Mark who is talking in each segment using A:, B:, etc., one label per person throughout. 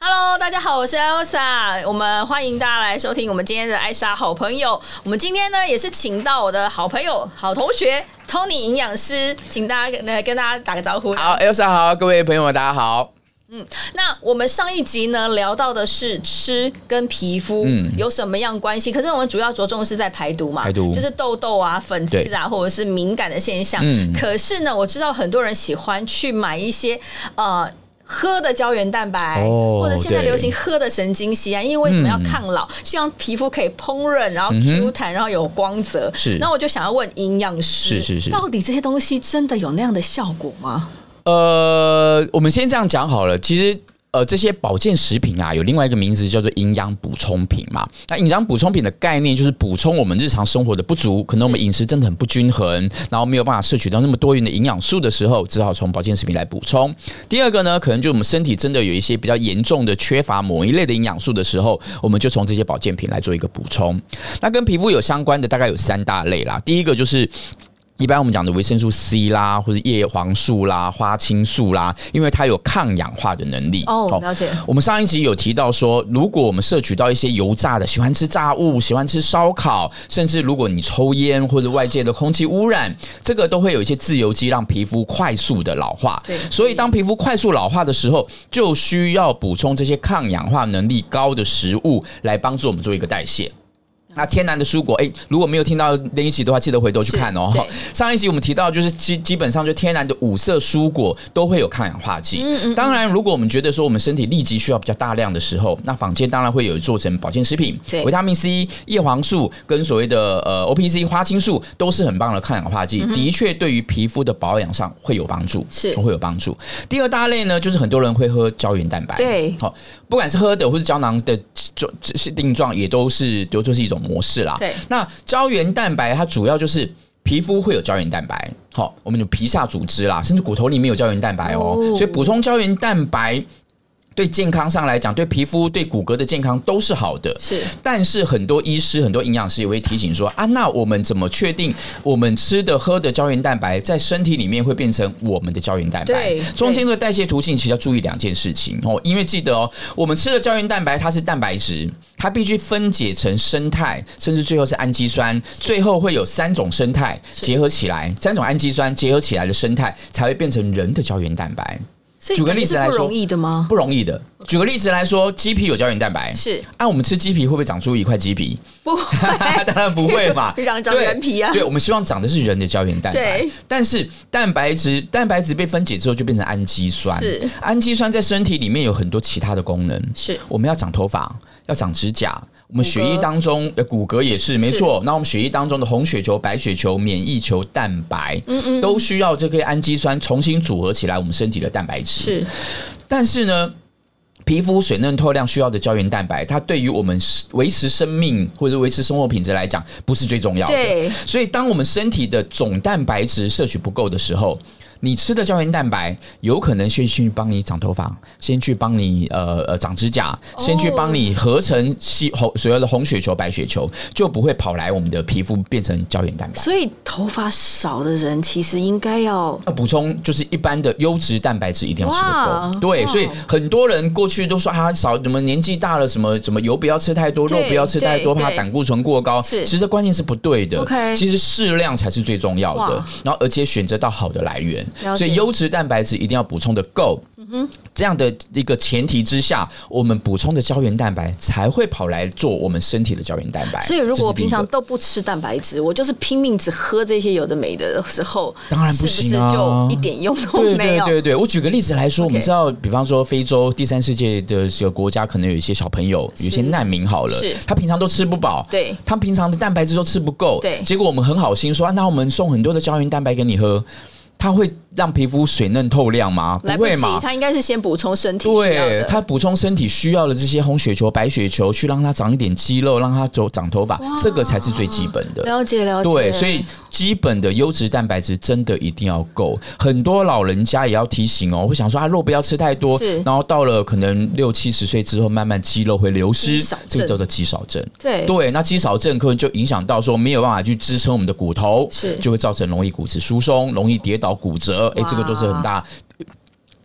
A: 大家好，我是 Elsa，我们欢迎大家来收听我们今天的艾莎好朋友。我们今天呢也是请到我的好朋友、好同学 Tony 营养师，请大家呃跟大家打个招呼。
B: 好，Elsa 好，各位朋友们大家好。
A: 那我们上一集呢聊到的是吃跟皮肤
B: 嗯
A: 有什么样关系，可是我们主要着重是在排毒嘛，
B: 排毒
A: 就是痘痘啊、粉刺啊，或者是敏感的现象。
B: 嗯
A: 可是呢，我知道很多人喜欢去买一些呃。喝的胶原蛋白，
B: 哦
A: 或者现在
B: 对
A: 流行喝的神经酰胺，因为为什么要
B: 嗯
A: 抗老？希望皮肤可以烹饪，然后
B: 哼
A: Q 弹，然后有光泽。
B: 是
A: 那我就想要问营养师，
B: 是是是
A: 到底这些东西真的有那样的效果吗？
B: 呃，我们先这样讲好了。其实，呃，这些保健食品啊，有另外一个名字叫做营养补充品嘛。那营养补充品的概念就是补充我们日常生活的不足，可能我们饮食真的很不均衡，然后没有办法摄取到那么多元的营养素的时候，只好从保健食品来补充。第二个呢，可能就我们身体真的有一些比较严重的缺乏某一类的营养素的时候，我们就从这些保健品来做一个补充。那跟皮肤有相关的大概有三大类啦。第一个就是一般我们讲的维生素 C 啦，或者叶黄素啦、花青素啦，因为它有抗氧化的能力。
A: 哦
B: 好
A: 了解
B: 我们上一集有提到说，如果我们摄取到一些油炸的，喜欢吃炸物、喜欢吃烧烤，甚至如果你抽烟或者外界的空气污染，这个都会有一些自由基让皮肤快速的老化。
A: 对
B: 所以当皮肤快速老化的时候，就需要补充这些抗氧化能力高的食物来帮助我们做一个代谢。那天然的蔬果，哎、如果没有听到那一集的话，记得回头去看哦
A: 是对。
B: 上一集我们提到，就是基基本上就天然的五色蔬果都会有抗氧化剂。
A: 嗯
B: 当然，如果我们觉得说我们身体立即需要比较大量的时候，那坊间当然会有做成保健食品
A: 对，
B: 维他命 C、叶黄素跟所谓的呃 OPC 花青素都是很棒的抗氧化剂，的确对于皮肤的保养上会有帮助，
A: 嗯是
B: 会有帮助。第二大类呢，就是很多人会喝胶原蛋白，
A: 对
B: 好、不管是喝的或是胶囊的状是定状，也都是都都是一种模式啦。
A: 对
B: 那胶原蛋白它主要就是。皮肤会有胶原蛋白，好、我们有皮下组织啦，甚至骨头里面有胶原蛋白哦，
A: 哦
B: 所以补充胶原蛋白对健康上来讲，对皮肤、对骨骼的健康都是好的。
A: 是
B: 但是很多医师、很多营养师也会提醒说啊，那我们怎么确定我们吃的、喝的胶原蛋白在身体里面会变成我们的胶原蛋白
A: 对？
B: 中间的代谢途径其实要注意两件事情哦，因为记得哦，我们吃的胶原蛋白它是蛋白质，它必须分解成生态，甚至最后是氨基酸，最后会有三种生态结合起来，三种氨基酸结合起来的生态才会变成人的胶原蛋白，
A: 所以
B: 举个例子来
A: 是不
B: 说
A: 容易的吗？
B: 不容易的。举个例子来说，鸡皮有胶原蛋白，
A: 是
B: 啊，我们吃鸡皮会不会长出一块鸡皮？
A: 不会，，
B: 当然不会嘛
A: 长长
B: 对
A: 人皮啊
B: 对，我们希望长的是人的胶原蛋白
A: 对，
B: 但是蛋白质蛋白质被分解之后就变成氨基酸，
A: 是
B: 氨基酸在身体里面有很多其他的功能，
A: 是
B: 我们要长头发，要长指甲。我们血液当中，呃，骨骼也是没
A: 是
B: 错。那我们血液当中的红血球、白血球、免疫球、蛋白，嗯嗯，都需要这个氨基酸重新组合起来，我们身体的蛋白质。
A: 是
B: 但是呢，皮肤水嫩透亮需要的胶原蛋白，它对于我们维持生命或者维持生活品质来讲，不是最重要的。
A: 对
B: 所以当我们身体的总蛋白质摄取不够的时候，你吃的胶原蛋白有可能先去帮你长头发，先去帮你呃呃长指甲，先去帮你合成细红所谓的红血球、白血球，就不会跑来我们的皮肤变成胶原蛋白。
A: 所以头发少的人其实应该要
B: 要呃补充就是一般的优质蛋白质一定要吃
A: 哇
B: 得够，对，
A: 哇
B: 所以很多人过去都说啊少怎么年纪大了什么什么油不要吃太多，肉
A: 对
B: 不要吃太多，
A: 对
B: 怕
A: 对
B: 胆固醇过高，
A: 是
B: 其实这观念是不对的。
A: OK
B: 其实适量才是最重要的
A: 哇，
B: 然后而且选择到好的来源
A: 了，解嗯
B: 所以优质蛋白质一定要补充的够。这样的一个前提之下，我们补充的胶原蛋白才会跑来做我们身体的胶原蛋白。
A: 所以如
B: 哎这是
A: 果我
B: 第一
A: 平常
B: 个
A: 都不吃蛋白质，我就是拼命只喝这些有的没的的时候，
B: 当然
A: 是
B: 不
A: 不是
B: 行啊
A: 就一点用都
B: 对
A: 没
B: 对
A: 有？
B: 对对，我举个例子来说
A: OK
B: 我们知道，比方说非洲第三世界的这个国家，可能有一些小朋友，有一些难民好了
A: 是，
B: 他平常都吃不饱，
A: 对
B: 他平常的蛋白质都吃不够，
A: 对
B: 结果我们很好心说，啊那我们送很多的胶原蛋白给你喝，它会让皮肤水嫩透亮吗？
A: 来不
B: 会
A: 及
B: 嘛，，
A: 他应该是先补充身体需要
B: 对
A: 的。
B: 它补充身体需要的这些红血球、白血球，去让它长一点肌肉，让它走长头发，这个才是最基本的。
A: 了解了解，
B: 对，所以基本的优质蛋白质真的一定要够。很多老人家也要提醒哦，会想说啊，肉不要吃太多
A: 是，
B: 然后到了可能六七十岁之后，慢慢肌肉会流
A: 肌
B: 失
A: 少症，
B: 这个叫做肌少症。
A: 对
B: 对，那肌少症可能就影响到说没有办法去支撑我们的骨头，
A: 是
B: 就会造成容易骨质疏松，容易跌倒骨折，哎，这个都是很大。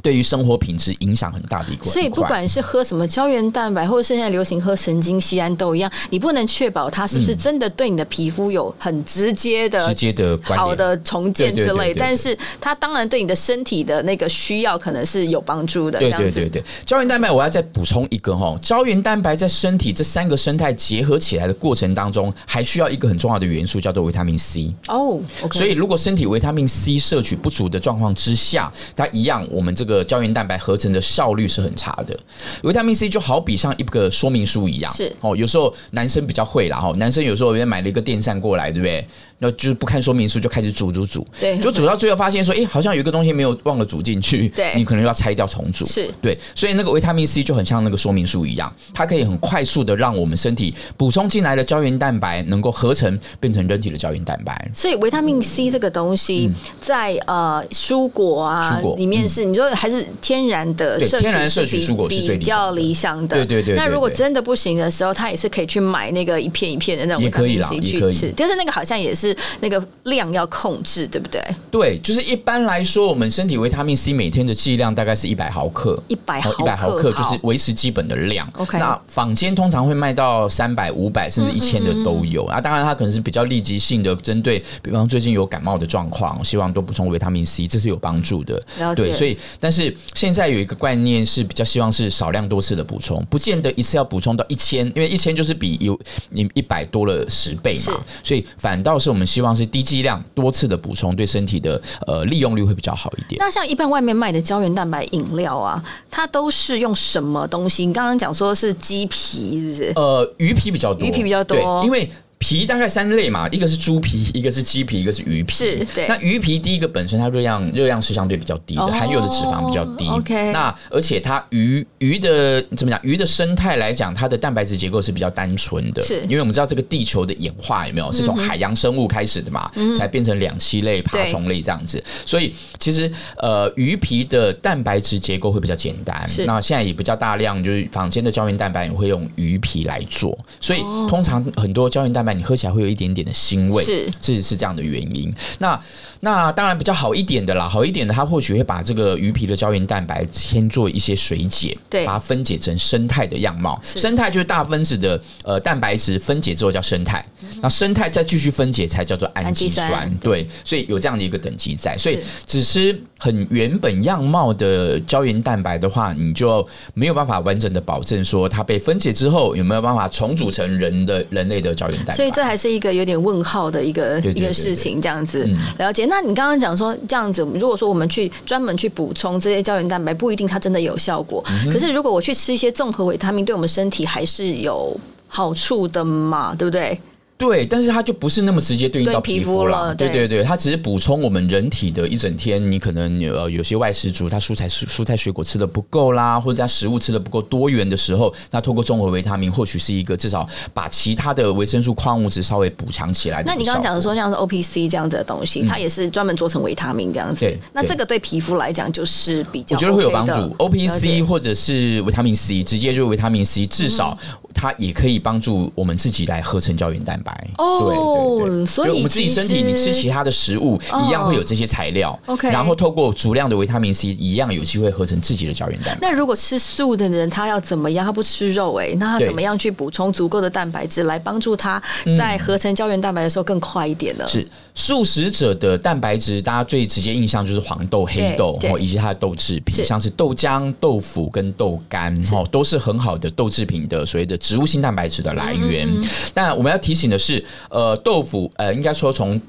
B: 对于生活品质影响很大的一块。
A: 所以不管是喝什么胶原蛋白，或者是现在流行喝神经酰胺都一样，你不能确保它是不是真的对你的皮肤有很直接的、
B: 嗯直接的关联
A: 呃好的重建之
B: 对对对对
A: 类，
B: 对
A: 但是它当然对你的身体的那个需要可能是有帮助的。这
B: 对
A: 样
B: 对
A: 子
B: 对对，胶原蛋白我要再补充一个哈，胶原蛋白在身体这三个生态结合起来的过程当中，还需要一个很重要的元素，叫做维他命 C。
A: 哦，OK，
B: 所以，如果身体维他命 C 摄取不足的状况之下，它一样，我们这个胶原蛋白合成的效率是很差的。维他命 C 就好比像一个说明书一样，
A: 是
B: 哦，有时候男生比较会啦，哈，哦男生有时候人家买了一个电扇过来，对不对？那就是不看说明书就开始煮煮煮，
A: 对
B: 就煮到最后发现说，诶，好像有一个东西没有忘了煮进去，
A: 对
B: 你可能要拆掉重煮，
A: 是
B: 对，所以那个维他命 C 就很像那个说明书一样，它可以很快速的让我们身体补充进来的胶原蛋白能够合成变成人体的胶原蛋白。
A: 所以维他命 C 这个东西在呃蔬果啊
B: 嗯蔬果嗯
A: 里面是你说还是天然的
B: 对
A: 摄取
B: 天然摄取
A: 是比
B: 蔬果是最
A: 比
B: 理
A: 较
B: 想的
A: 理想的。
B: 对对对对
A: 那如果
B: 对
A: 真的不行的时候，它也是可以去买那个一片一片的那种
B: 也
A: 维他
B: 可以
A: 命
B: 啦
A: C
B: 也
A: 去
B: 可以
A: 吃，但是那个好像也是那个量要控制，对不对？
B: 对，就是一般来说，我们身体维他命 C 每天的剂量大概是一百毫克。
A: 100
B: 哦一百毫
A: 毫
B: 克
A: 克
B: 就是维持基本的量。
A: OK
B: 那坊间通常会卖到三百、五百甚至一千的都
A: 嗯
B: 有啊。当然，它可能是比较立即性的，针对比方最近有感冒的状况，希望多补充维他命 C，这是有帮助的
A: 了。解
B: 对，所以但是现在有一个观念是比较希望是少量多次的补充，不见得一次要补充到一千，因为一千就是比有你一百多了十倍
A: 是
B: 嘛。所以反倒是我们希望是低剂量多次的补充，对身体的呃利用率会比较好一点。
A: 那像一般外面卖的胶原蛋白饮料啊，它都是用什么东西？你刚刚讲说是鸡皮，是不是？
B: 呃，鱼皮比较多，
A: 鱼皮比较多
B: 对，因为。皮大概三类嘛，一个是猪皮，一个是鸡皮，一个是鱼皮。
A: 是对
B: 那鱼皮第一个本身它热量热量是相对比较低的，
A: 哦
B: 含有的脂肪比较低。
A: OK
B: 那而且它鱼鱼的怎么讲？鱼的生态来讲，它的蛋白质结构是比较单纯的，
A: 是嗯
B: 因为我们知道这个地球的演化有没有是从海洋生物开始的嘛，才变成两栖类、爬
A: 对
B: 虫类这样子。所以其实呃，鱼皮的蛋白质结构会比较简单
A: 是，
B: 那现在也比较大量，就是坊间的胶原蛋白也会用鱼皮来做，
A: 哦
B: 所以通常很多胶原蛋白你喝起来会有一点点的腥味，
A: 是
B: 是是这样的原因。那那当然比较好一点的啦，好一点的，它或许会把这个鱼皮的胶原蛋白先做一些水解，
A: 对
B: 把它分解成生态的样貌。
A: 是
B: 生态就是大分子的呃蛋白质分解之后叫生态，那生态再继续分解才叫做氨基酸。
A: 嗯氨基酸
B: 嗯对，所以有这样的一个等级在，所以
A: 是
B: 只吃很原本样貌的胶原蛋白的话，你就没有办法完整的保证说它被分解之后有没有办法重组成人的人类的胶原蛋白。
A: 所以这还是一个有点问号的一个
B: 对对对
A: 一个事情，这样子了解。那你刚刚讲说这样子，如果说我们去专门去补充这些胶原蛋白，不一定它真的有效果。
B: 嗯
A: 可是如果我去吃一些综合维他命，对我们身体还是有好处的嘛，对不对？
B: 对，但是它就不是那么直接对应
A: 对
B: 到
A: 皮
B: 皮
A: 肤
B: 肤了。
A: 了
B: 对
A: 对
B: 对对，它只是补充我们人体的一整天，你可能呃有些外食族，他蔬菜蔬蔬菜水果吃的不够啦，或者他食物吃的不够多元的时候，那透过综合维他命，或许是一个至少把其他的维生素、矿物质稍微补强起来的一个
A: 那你刚刚
B: 效
A: 讲
B: 果
A: 说像是 O P C 这样子的东西，它也是专门做成维他命这样子
B: 嗯对。
A: 那
B: 对
A: 这个对皮肤来讲就是比较、
B: 我觉得会有帮助。O P
A: 了解嗯
B: C 或者是维他命 C，直接就是维他命 C，至少它也可以帮助我们自己来合成胶原蛋白。
A: 哦
B: 对对对
A: 所以
B: 因为我们自己身
A: 其
B: 体，
A: 实
B: 你吃其他的食物
A: 哦
B: 一样会有这些材料。
A: OK
B: 然后透过足量的维他命 C，一样有机会合成自己的胶原蛋白。
A: 那如果吃素的人，他要怎么样？他不吃肉、哎，那他
B: 对
A: 怎么样去补充足够的蛋白质，来帮助他在合成胶原蛋白的时候更快一点呢？
B: 嗯是素食者的蛋白质，大家最直接印象就是黄豆、黑豆，
A: 对
B: 哦，以及它的豆制
A: 是
B: 品，像是豆浆、豆腐跟豆干，哦，都是很好的豆制品的所谓的植物性蛋白质的来源。
A: 嗯
B: 但我们要提醒的是，呃，豆腐，呃，应该说从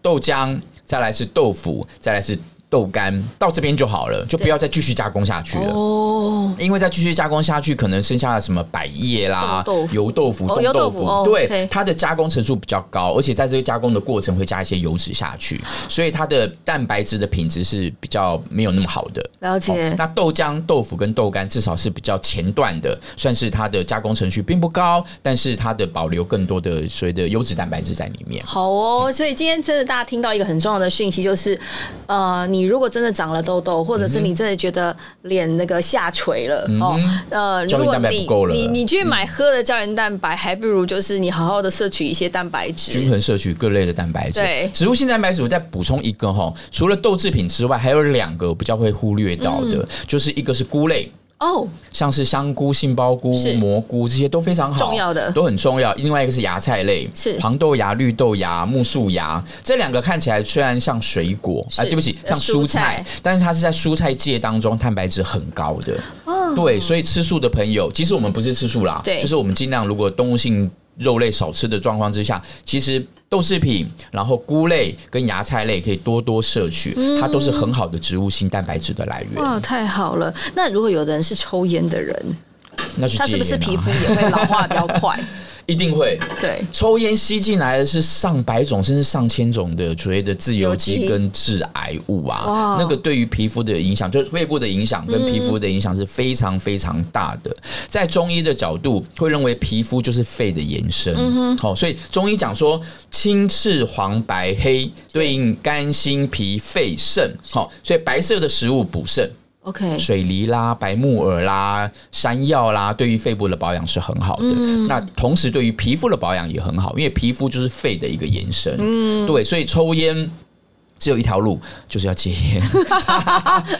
B: 豆浆，再来是豆腐，再来是豆干，到这边就好了，就不要再继续加工下去了。
A: 哦，
B: 因为再继续加工下去，可能剩下的什么百叶啦、
A: 冻豆腐
B: 油豆腐、
A: 哦
B: 冻
A: 油豆
B: 豆
A: 腐
B: 腐，
A: 哦
B: 对、
A: OK
B: 它的加工层数比较高，而且在这个加工的过程会加一些油脂下去，所以它的蛋白质的品质是比较没有那么好的。
A: 了解
B: 哦那豆浆、豆腐跟豆干至少是比较前段的，算是它的加工程序并不高，但是它的保留更多的所谓的优质蛋白质在里面。
A: 好哦。所以今天真的大家听到一个很重要的讯息，就是呃，你你如果真的长了痘痘，或者是你真的觉得脸那个下垂了、哦，呃，
B: 嗯胶
A: 如果
B: 原蛋白
A: 你
B: 不够了嗯
A: 你你去买喝的胶原蛋白，还不如就是你好好的摄取一些蛋白
B: 均
A: 质。
B: 衡摄取各类的蛋白质。
C: 对
B: 植物性蛋白质，我再补充一个哈，除了豆制品之外，还有两个我比较会忽略到的，就是一个是菇类。
A: 哦，
B: 像是香菇、杏鲍菇
A: 是、
B: 蘑菇这些都非常好，
A: 重要的
B: 都很重要。另外一个是芽菜类，
A: 是
B: 黄豆芽、绿豆芽、木树芽这两个看起来虽然像水果，啊、
A: 是呃
B: 对不起，像蔬
A: 蔬
B: 菜，
A: 菜
B: 但是它是在蔬菜界当中蛋白质很高的。对，所以吃素的朋友，其实我们不是吃素啦，
A: 哦对
B: 就是我们尽量如果动物性肉类少吃的状况之下，其实。豆制品，然后菇类跟芽菜类可以多多摄取，它都是很好的植物性蛋白质的来源。
A: 嗯哇，太好了！那如果有的人是抽烟的人，
B: 那去
A: 他
B: 戒
A: 是不是
B: 烟啊
A: 皮肤也会老化比较 快？
B: 一定会？
A: 对，
B: 抽烟吸进来的是上百种甚至上千种的所谓的自由
A: 有
B: 基
A: 机
B: 跟致癌物啊
A: 哇，
B: 那个对于皮肤的影响，就是肺部的影响跟皮肤的影响是非常非常大的。在中医的角度，会认为皮肤就是肺的延伸，好、所以中医讲说青赤黄白黑对应肝心脾肺肾，好、所以白色的食物补肾。
A: OK，
B: 水梨啦、白木耳啦、山药啦，对于肺部的保养是很好的。
A: 嗯
B: 那同时对于皮肤的保养也很好，因为皮肤就是肺的一个延伸。嗯，对，所以抽烟。只有一条路，就是要戒 烟，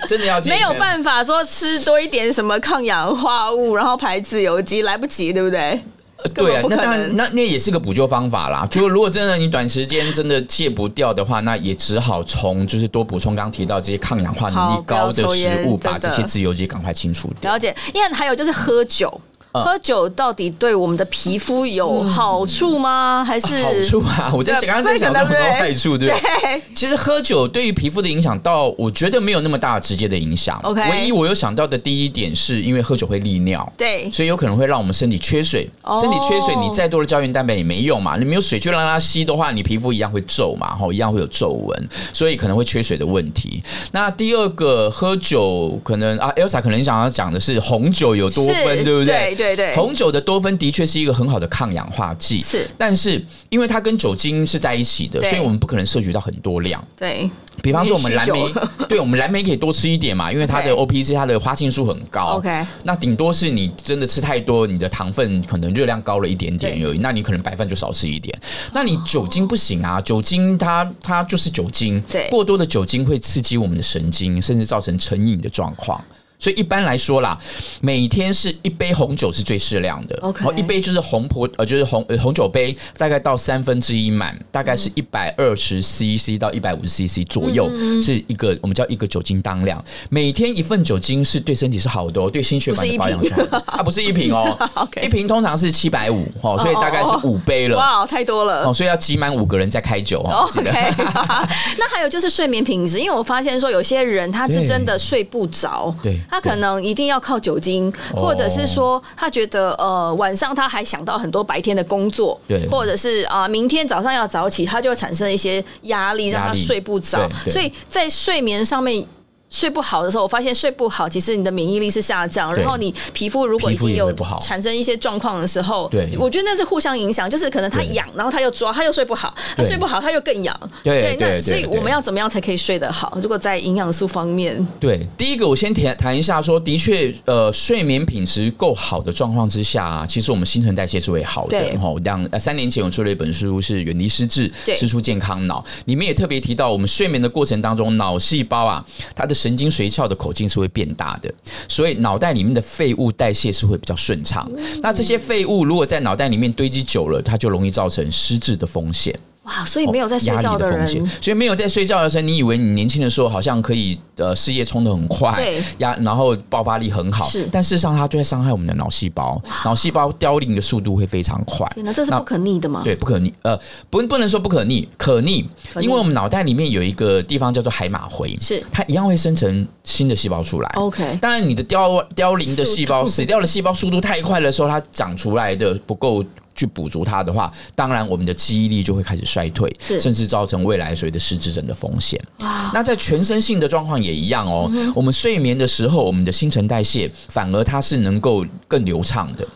B: 真的要戒烟。
A: 没有办法说吃多一点什么抗氧化物，然后排自由基，来不及，对不对？
B: 呃对
A: 根本，
B: 啊
A: 不
B: 那
A: 可
B: 当然，
A: 能
B: 那那也是个补救方法啦。就是如果真的你短时间真的戒不掉的话，那也只好从就是多补充刚刚提到这些抗氧化能力
A: 好不要
B: 高的
A: 抽
B: 食
A: 烟
B: 物，
A: 真
B: 把这
A: 的
B: 些自由基赶快清除掉。
A: 了解。因为还有就是喝酒。
B: 嗯
A: 喝酒到底对我们的皮肤有好处吗？还是、
B: 好处嗯啊！我在想，
A: 对
B: 刚刚在想
A: 不
B: 到
A: 太
B: 很
A: 可能
B: 多
A: 对不对
B: 坏处，对不对？
A: 对
B: 其实喝酒对于皮肤的影响，到我觉得没有那么大的直接的影响。
A: OK
B: 唯一我有想到的第一点，是因为喝酒会利尿。
A: 对
B: 所以有可能会让我们身体缺水，
A: 嗯哦
B: 身体缺水，你再多的胶原蛋白也没用嘛，你没有水去让它吸的话，你皮肤一样会皱嘛，吼，一样会有皱纹，所以可能会缺水的问题。那第二个，喝酒可能啊，Elsa 可能想要讲的是红酒有多酚，
A: 是
B: 对不对？
A: 对对对
B: 红酒的多酚的确是一个很好的抗氧化剂，
A: 是
B: 但是因为它跟酒精是在一起的，
A: 对
B: 所以我们不可能摄取到很多量。
A: 对
B: 比方说我们蓝
A: 因
B: 莓
A: 为酗酒，
B: 对我们蓝莓可以多吃一点嘛，因为它的 OPC 它的花青素很高。
A: OK
B: 那顶多是你真的吃太多，你的糖分可能热量高了一点点而已，那你可能白饭就少吃一点。那你酒精不行啊，酒精它它就是酒精，
A: 对
B: 过多的酒精会刺激我们的神经，甚至造成成瘾的状况。所以一般来说啦，每天是一杯红酒是最适量的。
A: OK
B: 然后一杯就是红葡呃，就是红、呃、红酒杯，大概到三分之一满，大概
A: 嗯
B: 是一百二十 CC 到一百五十 CC 左右，
A: 嗯
B: 是一个我们叫一个酒精当量。每天一份酒精是对身体是好的哦，对心血管的保养是 好的。啊，不是一瓶哦，一瓶通常是七百五哦，所以大概是
A: 哦哦
B: 五杯了。
A: 哇，太多了。
B: 哦，所以要挤满五个人再开酒哦。记
A: OK，
B: 得
A: 那还有就是睡眠品质，因为我发现说有些人他是真的睡不着，
B: 对
A: 他可能一定要靠酒精，
B: 哦
A: 或者是说他觉得呃晚上他还想到很多白天的工作，
B: 对
A: 或者是啊、明天早上要早起，他就会产生一些压力，让
B: 压
A: 他
B: 力
A: 睡不着，
B: 对对
A: 所以在睡眠上面。睡不好的时候，我发现睡不好，其实你的免疫力是下降，
B: 对
A: 然后你皮肤如果已
B: 皮肤
A: 经
B: 也会
A: 有
B: 不好
A: 产生一些状况的时候，
B: 对
A: 我觉得那是互相影响，就是可能他
B: 对
A: 痒，然后他又抓，他又睡不好，他
B: 对
A: 睡不好他又更痒，
B: 对对对
A: 那所以
B: 对
A: 我们要怎么样才可以睡得好？如果在营养素方面，
B: 对，第一个我先谈谈一下说，的确，呃，睡眠品质够好的状况之下、啊，其实我们新陈代谢是会好的。
A: 对
B: 然后两呃三年前我出了一本书是《远离失智
A: 对，
B: 吃出健康脑》，里面也特别提到，我们睡眠的过程当中，脑细胞啊，它的神经髓鞘的口径是会变大的，所以脑袋里面的废物代谢是会比较顺畅。
A: 嗯
B: 那这些废物如果在脑袋里面堆积久了，它就容易造成失智的风险。
A: 哇，所以没有在睡
B: 哦压
A: 觉
B: 力的风险
A: 人，，
B: 所以没有在睡觉的时候，你以为你年轻的时候好像可以呃事业冲得很快，
A: 对
B: 压然后爆发力很好
A: 是，
B: 但事实上它就在伤害我们的脑细胞，脑细胞凋零的速度会非常快。
A: 天哪，这是不可逆的嘛？
B: 对，不可逆，呃，不，不能说不可逆，可逆，
A: 可逆
B: 因为我们脑袋里面有一个地方叫做海马回，
A: 是
B: 它一样会生成新的细胞出来。
A: OK
B: 当然你的凋凋零的细胞、
A: 速度
B: 死掉的细胞速度太快的时候，它长出来的不够。去补足它的话，当然我们的记忆力就会开始衰退，
A: 是
B: 甚至造成未来所谓的失智症的风险。那在全身性的状况也一样哦。
A: 嗯
B: 我们睡眠的时候，我们的新陈代谢反而它是能够更流畅的。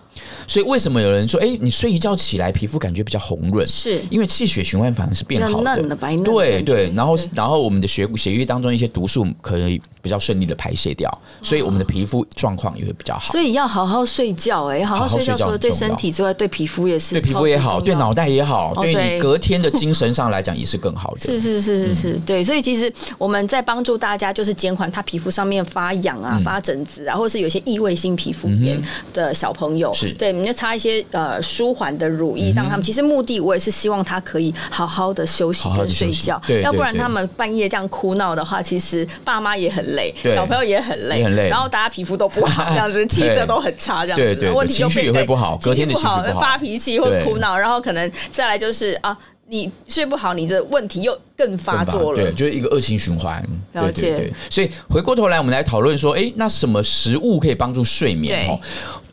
B: 所以为什么有人说，哎、你睡一觉起来皮肤感觉比较红润？
A: 是
B: 因为气血循环反而是变好
A: 比较
B: 的，
A: 嫩了白嫩的
B: 对
A: 感觉
B: 对，然后
A: 对
B: 然后我们的血血液当中一些毒素可以比较顺利的排泄掉，所以我们的皮肤状况也会比较好。
A: 哦所以要好好睡觉、哎，好好
B: 好好
A: 睡
B: 睡
A: 觉，
B: 觉
A: 除了对
B: 很重
A: 身
B: 要
A: 体之外，对皮肤也是，
B: 对皮肤也好，对脑。袋也好，
A: 哦
B: 对你
A: 对
B: 隔天的精神上来讲也是更好的。
A: 是
B: 嗯
A: 是是是是，对，所以其实我们在帮助大家，就是减缓他皮肤上面发痒
B: 嗯
A: 啊、发疹子啊，或者是有一些异位性皮肤炎的小朋友，
B: 是嗯
A: 对，我们就擦一些呃舒缓的乳液，让他们。其实目的我也是希望他可以好好的休息
B: 好好地
A: 跟睡
B: 休息
A: 觉，
B: 对
A: 要不
B: 对
A: 然
B: 对
A: 他们半夜这样哭闹的话，其实爸妈也很累，
B: 对
A: 小朋友也很累，
B: 也很累
A: 然后大家皮肤都不好， 这样子气色
B: 对
A: 都很差，这样子，
B: 对对对
A: 问题就
B: 情绪
A: 变
B: 也
A: 得
B: 会不好隔天的
A: 不
B: 情绪
A: 好
B: 不好
A: 发脾气或
B: 对
A: 哭闹。脑，然后可能再来就是啊，你睡不好，你的问题又更发作了
B: 对，。就是一个恶性循环。
A: 了
B: 对对
A: 解
B: 对，所以回过头来，我们来讨论说，诶，那什么食物可以帮助睡眠？
A: 对
B: 哦，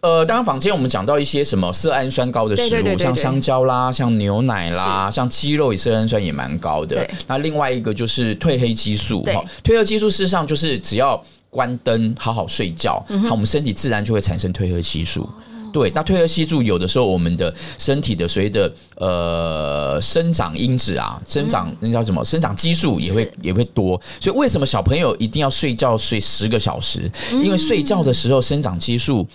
B: 呃，当然坊间我们讲到一些什么色氨酸高的食物，
A: 对对对对对
B: 像香蕉啦，像牛奶啦，像鸡肉，也色氨酸也蛮高的
A: 对。
B: 那另外一个就是褪黑激素，
A: 对
B: 哦褪黑激素事实上就是只要关灯，好好睡觉，
A: 嗯
B: 那、我们身体自然就会产生褪黑激素。对，那褪黑激素有的时候我们的身体的随着呃生长因子啊，生长那叫什么？生长激素也会
A: 嗯是
B: 也会多，所以为什么小朋友一定要睡觉睡十个小时？因为睡觉的时候生长激素。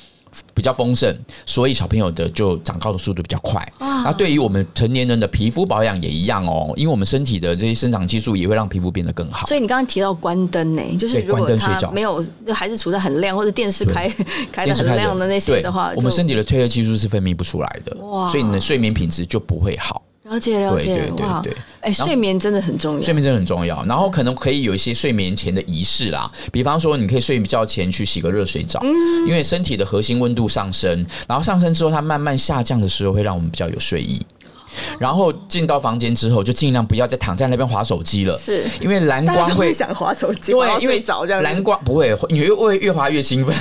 B: 比较丰盛，所以小朋友的就长高的速度比较快。那对于我们成年人的皮肤保养也一样哦，因为我们身体的这些生长激素也会让皮肤变得更好。
A: 所以你刚刚提到关灯呢、就是
B: 对
A: 如果
B: 关灯睡
A: 他
B: 觉
A: 没有，就还是处在很亮，或者电视
B: 对
A: 开 开的
B: 电视
A: 很
B: 开着
A: 亮的那些
B: 对
A: 的话，
B: 我们
A: 就
B: 身体的褪黑激素是分泌不出来的，
A: 哇
B: 所以你的睡眠品质就不会好。
A: 了解了
B: 对
A: 解
B: 对对
A: 哇
B: 对，
A: 哎，
B: 后
A: 睡眠真的很重
B: 睡
A: 要。
B: 眠真的很重要，然后可能可以有一些睡眠前的仪式啦，比方说你可以睡觉前去洗个热水澡，
A: 嗯
B: 因为身体的核心温度上升，然后上升之后它慢慢下降的时候，会让我们比较有睡意。
A: 哦
B: 然后进到房间之后，就尽量不要再躺在那边划手机了，
A: 是
B: 因为蓝
A: 大家
B: 光
A: 都
B: 会
A: 会，想划手机，
B: 因
A: 我
B: 为
A: 要
B: 因为
A: 睡着这样
B: 蓝
A: 子。
B: 光不会，你越会越划越兴奋，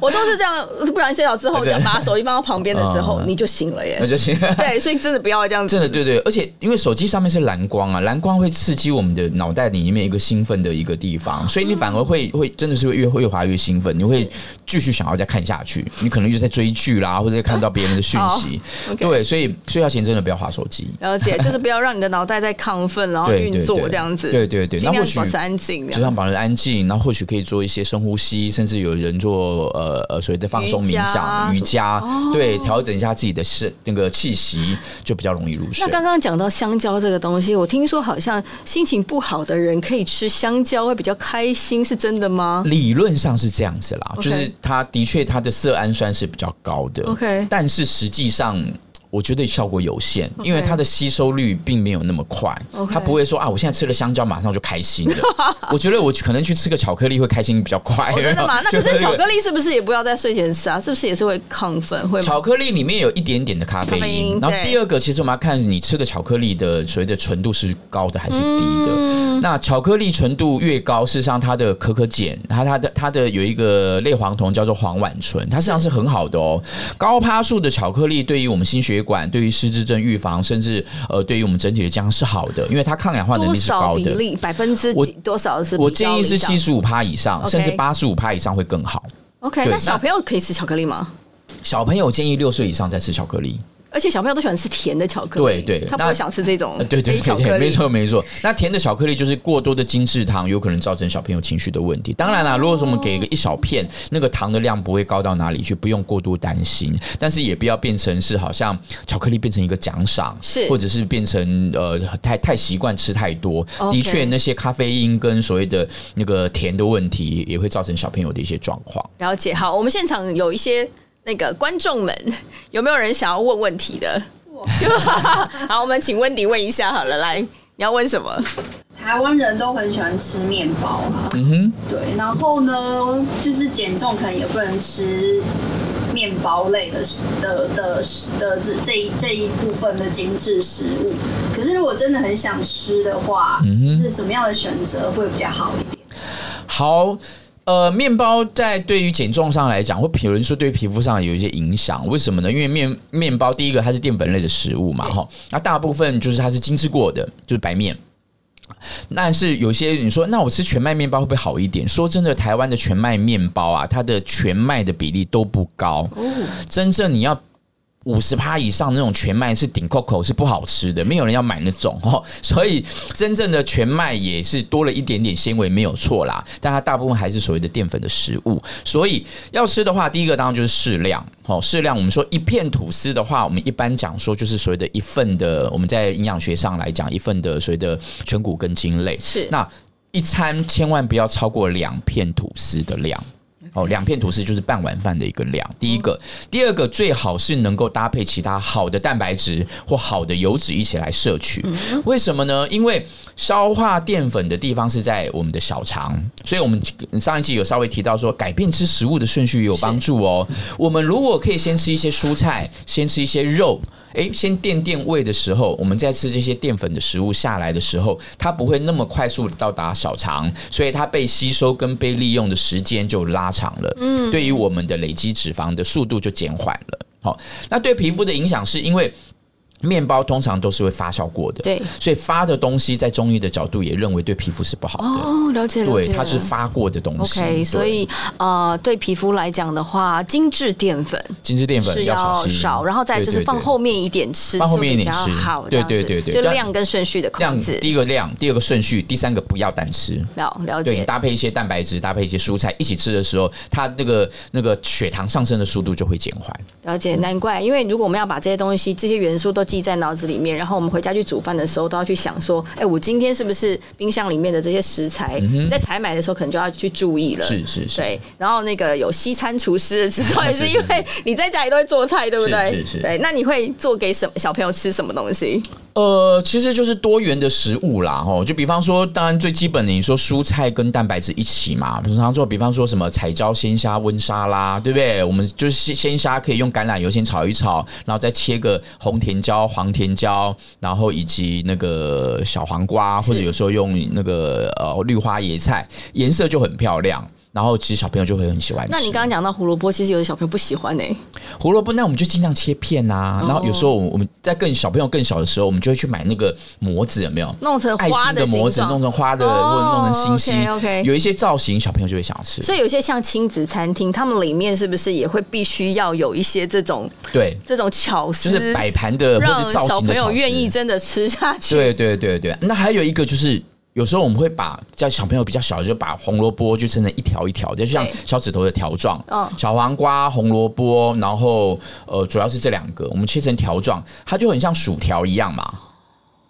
A: 我都是这样，不然睡着之后，
B: 对
A: 就把手机放到旁边的时候，
B: 嗯
A: 你就醒了耶
B: 那。就行。
A: 对，所以真的不要这样子
B: 真。的对对，而且因为手机上面是蓝光啊，蓝光会刺激我们的脑袋里面一个兴奋的一个地方，所以你反而会
A: 嗯
B: 会真的是会越越滑越兴奋，你会继续想要再看下去，你可能就在追剧 啦，或者在看到别人的讯息，
A: 好，OK
B: 对，所以睡觉前真的不要滑手机。
A: 了解，就是不要让你的脑袋在亢奋，然后
B: 对对
A: 运作
B: 对
A: 这样子。
B: 对对对那
A: 尽量
B: 或许
A: 保持安静。啊这
B: 就
A: 样
B: 像保持安静，然后或许可以做一些深呼吸，甚至有人做呃呃所谓的放松冥想、
A: 瑜哦
B: 瑜伽，对，调整一下自己的是那个气息，就比较容易入睡
A: 那。刚刚讲到香蕉这个东西，我听说好像心情不好的人可以吃香蕉会比较开心，是真的 吗？
B: 理论上是这样子啦
A: OK
B: 就是它的确它的色氨酸是比较高的
A: OK
B: 但是实际上。我觉得效果有限
A: OK
B: 因为它的吸收率并没有那么快
A: OK
B: 它不会说啊，我现在吃了香蕉马上就开心了。我觉得我可能去吃个巧克力会开心比较 快。
A: 哦，真的 吗？那
B: 啊就
A: 可是巧
B: 那个
A: 克力是不是也不要在睡前吃啊？是不是也是会亢奋？会吗？
B: 巧克力里面有一点点的咖啡
A: 嗯
B: 因，
A: 咖啡因
B: 然后
A: 对
B: 第二个，其实我们要看你吃的巧克力的所谓的纯度是高的还是低的。
A: 嗯
B: 那巧克力纯度越高，事实上它的可可碱，它它的它的有一个类黄酮叫做黄烷醇，它实际上是很好的哦。高趴数的巧克力对于我们心血管、对于失智症预防，甚至呃对于我们整体的健康是好的，因为它抗氧化能
A: 多
B: 力是
A: 少
B: 高
A: 哦比
B: 的。
A: 例？百分之
B: 我
A: 几？多少是比较
B: 我建议是
A: 理想
B: 七十五趴以上，
A: OK
B: 甚至八十五趴以上会更好。
A: OK，那
B: 对那
A: 小朋友可以吃巧克力吗？
B: 小朋友建议六岁以上再吃巧克力。
A: 而且小朋友都喜欢吃甜的巧克力，
B: 对对
A: 他不
B: 那
A: 会想吃这种
B: 呃对对
A: 非巧
B: 对
A: 克
B: 对，没
A: 力。
B: 错没错。那甜的巧克力就是过多的精制糖，有可能造成小朋友情绪的问题。当
A: 哦
B: 然啦，如果说我们给个一小片，那个糖的量不会高到哪里去，不用过度担心。但是也不要变成是好像巧克力变成一个奖赏，
A: 是
B: 或者是变成呃太太习惯吃太多。
A: OK
B: 的确，那些咖啡因跟所谓的那个甜的问题，也会造成小朋友的一些状况。
A: 了解，好，我们现场有一些那个观众们，有没有人想要问问题的？ 好，我们请温迪问一下好了，来，你要问什么？
D: 台湾人都很喜欢吃面包啊，嗯哼，对，然后呢，就是减重可能也不能吃面包类的食的的食的这这一这一部分的精致食物。可是如果真的很想吃的话，就是什么样的选择会比较好一点？
B: 好，呃，面包在对于减重上来讲，或有人说对于皮肤上有一些影响，为什么呢？因为面面包第一个它是淀粉类的食物嘛，哈，那大部分就是它是精制过的，就是白面。但是有些你说，那我吃全麦面包会不会好一点？说真的，台湾的全麦面包啊，它的全麦的比例都不高。真正你要五十趴以上那种全麦是顶 Coco 是不好吃的，没有人要买那种哦。 所以真正的全麦也是多了一点点纤维，没有错啦。但它大部分还是所谓的淀粉的食物。所以要吃的话，第一个当然就是适量哦，适量。我们说一片吐司的话，我们一般讲说就是所谓的一份的，我们在营养学上来讲，一份的所谓的全谷根茎类
A: 是
B: 那。一餐千万不要超过两片吐司的量。哦，两片吐司就是半碗饭的一个量。第一个，第二个最好是能够搭配其他好的蛋白质或好的油脂一起来摄取。为什么呢？因为消化淀粉的地方是在我们的小肠，所以我们上一期有稍微提到说，改变吃食物的顺序也有帮助哦。我们如果可以先吃一些蔬菜，先吃一些肉。诶，哎先垫垫胃的时候，我们在吃这些淀粉的食物下来的时候，它不会那么快速的到达小肠，所以它被吸收跟被利用的时间就拉长了。嗯，对于我们的累积脂肪的速度就减缓了。好，那对皮肤的影响是因为。面包通常都是会发酵过的，
A: 对
B: 所以发的东西在中医的角度也认为对皮肤是不好的，
A: 哦，了解了解了，
B: 对，它是发过的东西。
A: OK，
B: 对
A: 所以呃，对皮肤来讲的话，精致淀粉
B: 精致淀粉
A: 是
B: 要
A: 要
B: 小心
A: 少，然后再就是
B: 对对对
A: 放后面一点吃，
B: 放后面一点
A: 就比较
B: 吃
A: 好，
B: 对
A: 这样子
B: 对对对
A: 就
B: 但
A: 量跟顺序的控
B: 量，
A: 制。
B: 第一个量，第二个顺序，第三个不要单吃。
A: 了了
B: 对你
A: 解，
B: 搭配一些蛋白质，搭配一些蔬菜一起吃的时候，它那个那个血糖上升的速度就会减缓。
A: 了解，难怪，因为如果我们要把这些东西、这些元素都记在脑子里面，然后我们回家去煮饭的时候，都要去想说，哎，我今天是不是冰箱里面的这些食材，在采买的时候可能就要去注意了。
B: 是是是，
A: 对，然后那个有西餐厨师的执照，也是因为你在家里都会做菜，对不对？
B: 是是是
A: 对，那你会做给什么小朋友吃什么东西？
B: 呃，其实就是多元的食物啦，吼，就比方说，当然最基本的，你说蔬菜跟蛋白质一起嘛，平常做，比方说什么彩椒鲜虾温沙拉，对不对？我们就是鲜鲜虾可以用橄榄油先炒一炒，然后再切个红甜椒、黄甜椒，然后以及那个小黄瓜，或者有时候用那个呃绿花椰菜，颜色就很漂亮。然后其实小朋友就会很喜欢吃。
A: 那你刚刚讲到胡萝卜，其实有的小朋友不喜欢呢、欸
B: 胡萝卜，那我们就尽量切片啊。然后有时候我们我们在更小朋友更小的时候，我们就会去买那个模子，有没有？
A: 弄成
B: 爱
A: 花
B: 心的
A: 形
B: 模子，弄
A: 状。
B: 成花的，
A: 哦
B: 或者弄成星星。
A: OK，OK
B: 有一些造型，小朋友就会想要吃。
A: 所以有一些像亲子餐厅，他们里面是不是也会必须要有一些这种
B: 对，
A: 这种巧思，
B: 就是摆盘的或
A: 让
B: 者造
A: 小
B: 型的
A: 朋
B: 小
A: 友
B: 吃
A: 愿意。真的吃下去？
B: 对对对对，那还有一个就是。有时候我们会把叫小朋友比较小，就把红萝卜就称成一条一条，就像
A: 对
B: 小指头的条状。
A: 嗯
B: 小黄瓜、红萝卜，然后呃，主要是这两个，我们切成条状，它就很像薯条一样嘛，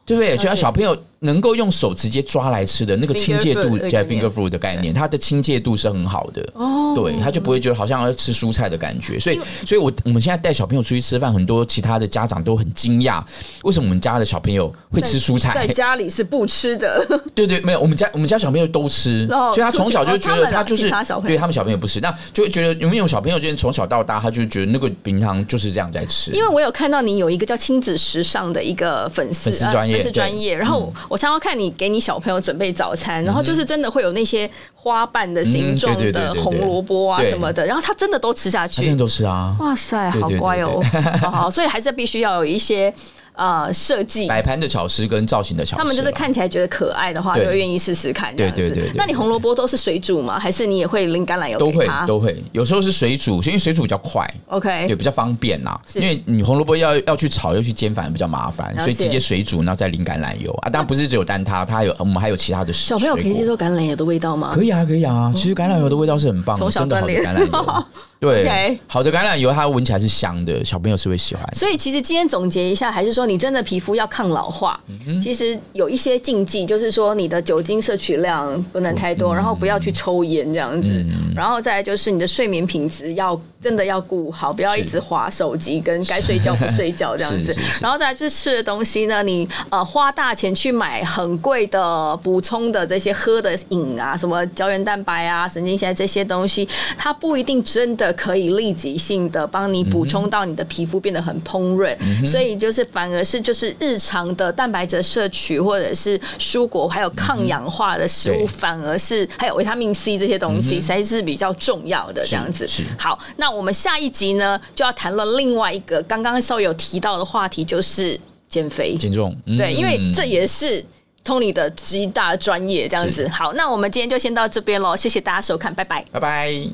B: 对不对？
A: 解
B: 所以小朋友能够用手直接抓来吃的那个
A: Finger
B: 亲切度，
A: food 呃的
B: 对
A: 概念
B: finger food 的概念，它的亲切度是很好的。
A: 哦
B: 对，他就不会觉得好像要吃蔬菜的感觉。所以，所以我我们现在带小朋友出去吃饭，很多其他的家长都很惊讶，为什么我们家的小朋友会吃蔬菜
A: 在？家里是不吃的，
B: 对对，没有，我们家我们家小朋友都吃，
A: 哦
B: 所以他从小就觉得
A: 出去哦他们啊
B: 他就是
A: 其他小朋友
B: 对他们小朋友不吃，那就会觉得有没有小朋友就是从小到大，他就觉得那个平常就是这样在吃，
A: 因为我有看到你有一个叫亲子时尚的一个粉丝
B: 粉丝专业
A: 呃粉丝专业，
B: 对嗯
A: 然后我常常看你给你小朋友准备早餐，然后就是真的会有那些花瓣的形状
B: 嗯对对对
A: 的
B: 对对
A: 红萝卜啊
B: 对
A: 什么的，然后他真的都吃下
B: 他现在
A: 去，
B: 都吃啊。
A: 哇塞，
B: 对
A: 好
B: 对对
A: 乖 哦，好好，所以还是必须要有一些呃设计。
B: 摆盘的巧吃跟造型的巧吃吧，啊
A: 他们就是看起来觉得可爱的话，
B: 对
A: 就会愿意试试看这样子。
B: 对对对对对
A: 那你红萝卜都是水煮吗？还是你也会淋橄榄油
B: 都
A: 给
B: 会
A: 他
B: 都会，有时候是水煮，因为水煮比较快，也
A: OK，
B: 比较方便啦，因为你红萝卜要要去炒，要去煎，反而比较麻烦，
A: 了
B: 所
A: 解
B: 以直接水煮，然后再淋橄榄油啊。当然不是只有单它，它还有我嗯们还有其他的
A: 小朋友可以接
B: 水
A: 受
B: 果
A: 橄榄油的味道吗？
B: 可以啊，可以啊。其实橄榄油的味道是很棒的，
A: 从小
B: 真的好的橄
A: 锻
B: 榄
A: 炼
B: 油，
A: OK
B: 对，好的橄榄油它闻起来是香的，小朋友是会喜欢。
A: 所以其实今天总结一下，还是说你真的皮肤要抗老化，
B: 嗯
A: 其实有一些禁忌，就是说你的酒精摄取量不能太
B: 嗯
A: 多，然后不要去抽烟这样子，然后再来就是你的睡眠品质要真的要顾好，不要一直划手机跟该睡觉不睡觉这样子
B: 是是是，
A: 然后再来就是吃的东西呢，你呃花大钱去买很贵的补充的这些喝的饮啊，什么胶原蛋白啊、神经酰这些东西，它不一定真的可以立即性的帮你补
B: 嗯
A: 充到你的皮肤变得很烹饪，所以就是反而是就是日常的蛋白质摄取或者是蔬果还有抗氧化的食
B: 嗯对嗯
A: 物，反而是还有维他命 C 这些东西才是比较重要的这样子
B: 是是。
A: 好，那我们下一集呢就要谈论另外一个刚刚稍微有提到的话题，就是减肥。
B: 减重，嗯
A: 对，因为这也是 Tony 的极大专业这样子。好，那我们今天就先到这边喽，谢谢大家收看，拜拜。
B: 拜拜。